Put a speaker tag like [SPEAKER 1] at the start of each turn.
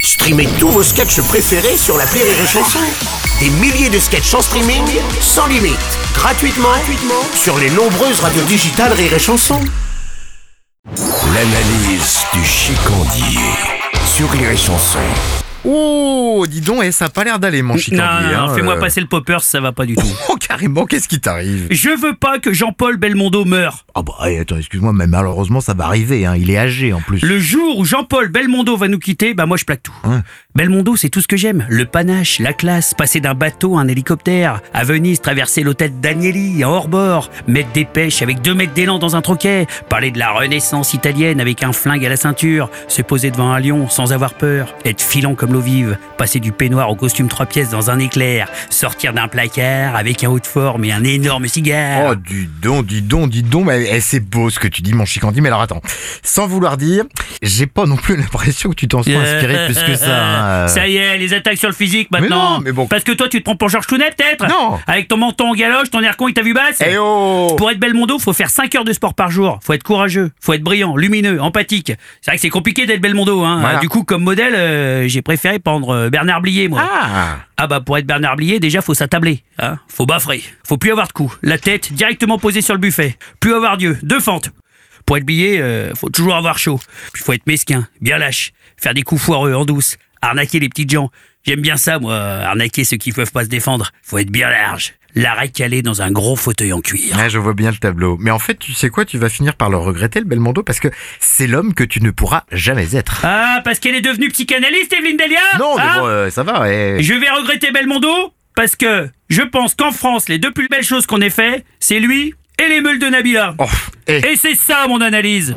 [SPEAKER 1] Streamez tous vos sketchs préférés sur la Rire et Chanson. Des milliers de sketchs en streaming, sans limite, gratuitement, gratuitement sur les nombreuses radios digitales Rire et Chanson. L'analyse du chicandier sur Rire et Chanson.
[SPEAKER 2] Oh, dis donc, et ça a pas l'air d'aller, mon
[SPEAKER 3] Non,
[SPEAKER 2] chicandier.
[SPEAKER 3] non, non,
[SPEAKER 2] hein,
[SPEAKER 3] fais-moi
[SPEAKER 2] euh.
[SPEAKER 3] passer le popper, ça va pas du tout.
[SPEAKER 2] Oh, carrément, qu'est-ce qui t'arrive
[SPEAKER 3] Je veux pas que Jean-Paul Belmondo meure.
[SPEAKER 2] Ah bah, eh, attends, excuse-moi, mais malheureusement, ça va arriver, hein. il est âgé en plus.
[SPEAKER 3] Le jour où Jean-Paul Belmondo va nous quitter, bah moi je plaque tout. Belmondo, c'est tout ce que j'aime. Le panache, la classe, passer d'un bateau à un hélicoptère, à Venise, traverser l'hôtel d'Agnelli, à hors-bord, mettre des pêches avec deux mètres d'élan dans un troquet, parler de la renaissance italienne avec un flingue à la ceinture, se poser devant un lion sans avoir peur, être filant comme l'eau vive, passer du peignoir au costume trois pièces dans un éclair, sortir d'un placard avec un haut de forme et un énorme cigare.
[SPEAKER 2] Oh, dis donc, dis donc, dis donc, mais eh, c'est beau ce que tu dis, mon chicandier, mais alors attends, sans vouloir dire, j'ai pas non plus l'impression que tu t'en sois inspiré plus que ça. hein.
[SPEAKER 3] Ça y est, les attaques sur le physique
[SPEAKER 2] Mais
[SPEAKER 3] maintenant.
[SPEAKER 2] non, mais bon.
[SPEAKER 3] Parce que toi, tu te prends pour Georges Clooney peut-être
[SPEAKER 2] Non.
[SPEAKER 3] Avec ton menton en galoche, ton air con, il t'a vu basse
[SPEAKER 2] Eh oh
[SPEAKER 3] Pour être Belmondo, faut faire 5 heures de sport par jour. Faut être courageux, faut être brillant, lumineux, empathique. C'est vrai que c'est compliqué d'être Belmondo. Hein.
[SPEAKER 2] Voilà.
[SPEAKER 3] Du coup, comme modèle, euh, j'ai préféré prendre euh, Bernard Blier, moi.
[SPEAKER 2] Ah
[SPEAKER 3] Ah bah pour être Bernard Blier, déjà faut s'attabler, hein. Faut baffrer, faut plus avoir de coups, la tête directement posée sur le buffet, plus avoir Dieu, deux fentes. Pour être Blier, euh, faut toujours avoir chaud, puis faut être mesquin, bien lâche, faire des coups foireux en douce, arnaquer les petites gens. J'aime bien ça moi, arnaquer ceux qui peuvent pas se défendre. Faut être bien large, la récaler dans un gros fauteuil en cuir.
[SPEAKER 2] Ouais, eh, je vois bien le tableau. Mais en fait, tu sais quoi, tu vas finir par le regretter, le Belmondo, parce que c'est l'homme que tu ne pourras jamais être.
[SPEAKER 3] Ah parce qu'elle est devenue psychanalyste, Evelyne Delia
[SPEAKER 2] Non, mais
[SPEAKER 3] Hein
[SPEAKER 2] bon, euh, ça va, eh.
[SPEAKER 3] Je vais regretter Belmondo parce que je pense qu'en France, les deux plus belles choses qu'on ait fait, c'est lui et les meules de Nabila.
[SPEAKER 2] Oh, eh.
[SPEAKER 3] Et c'est ça mon analyse.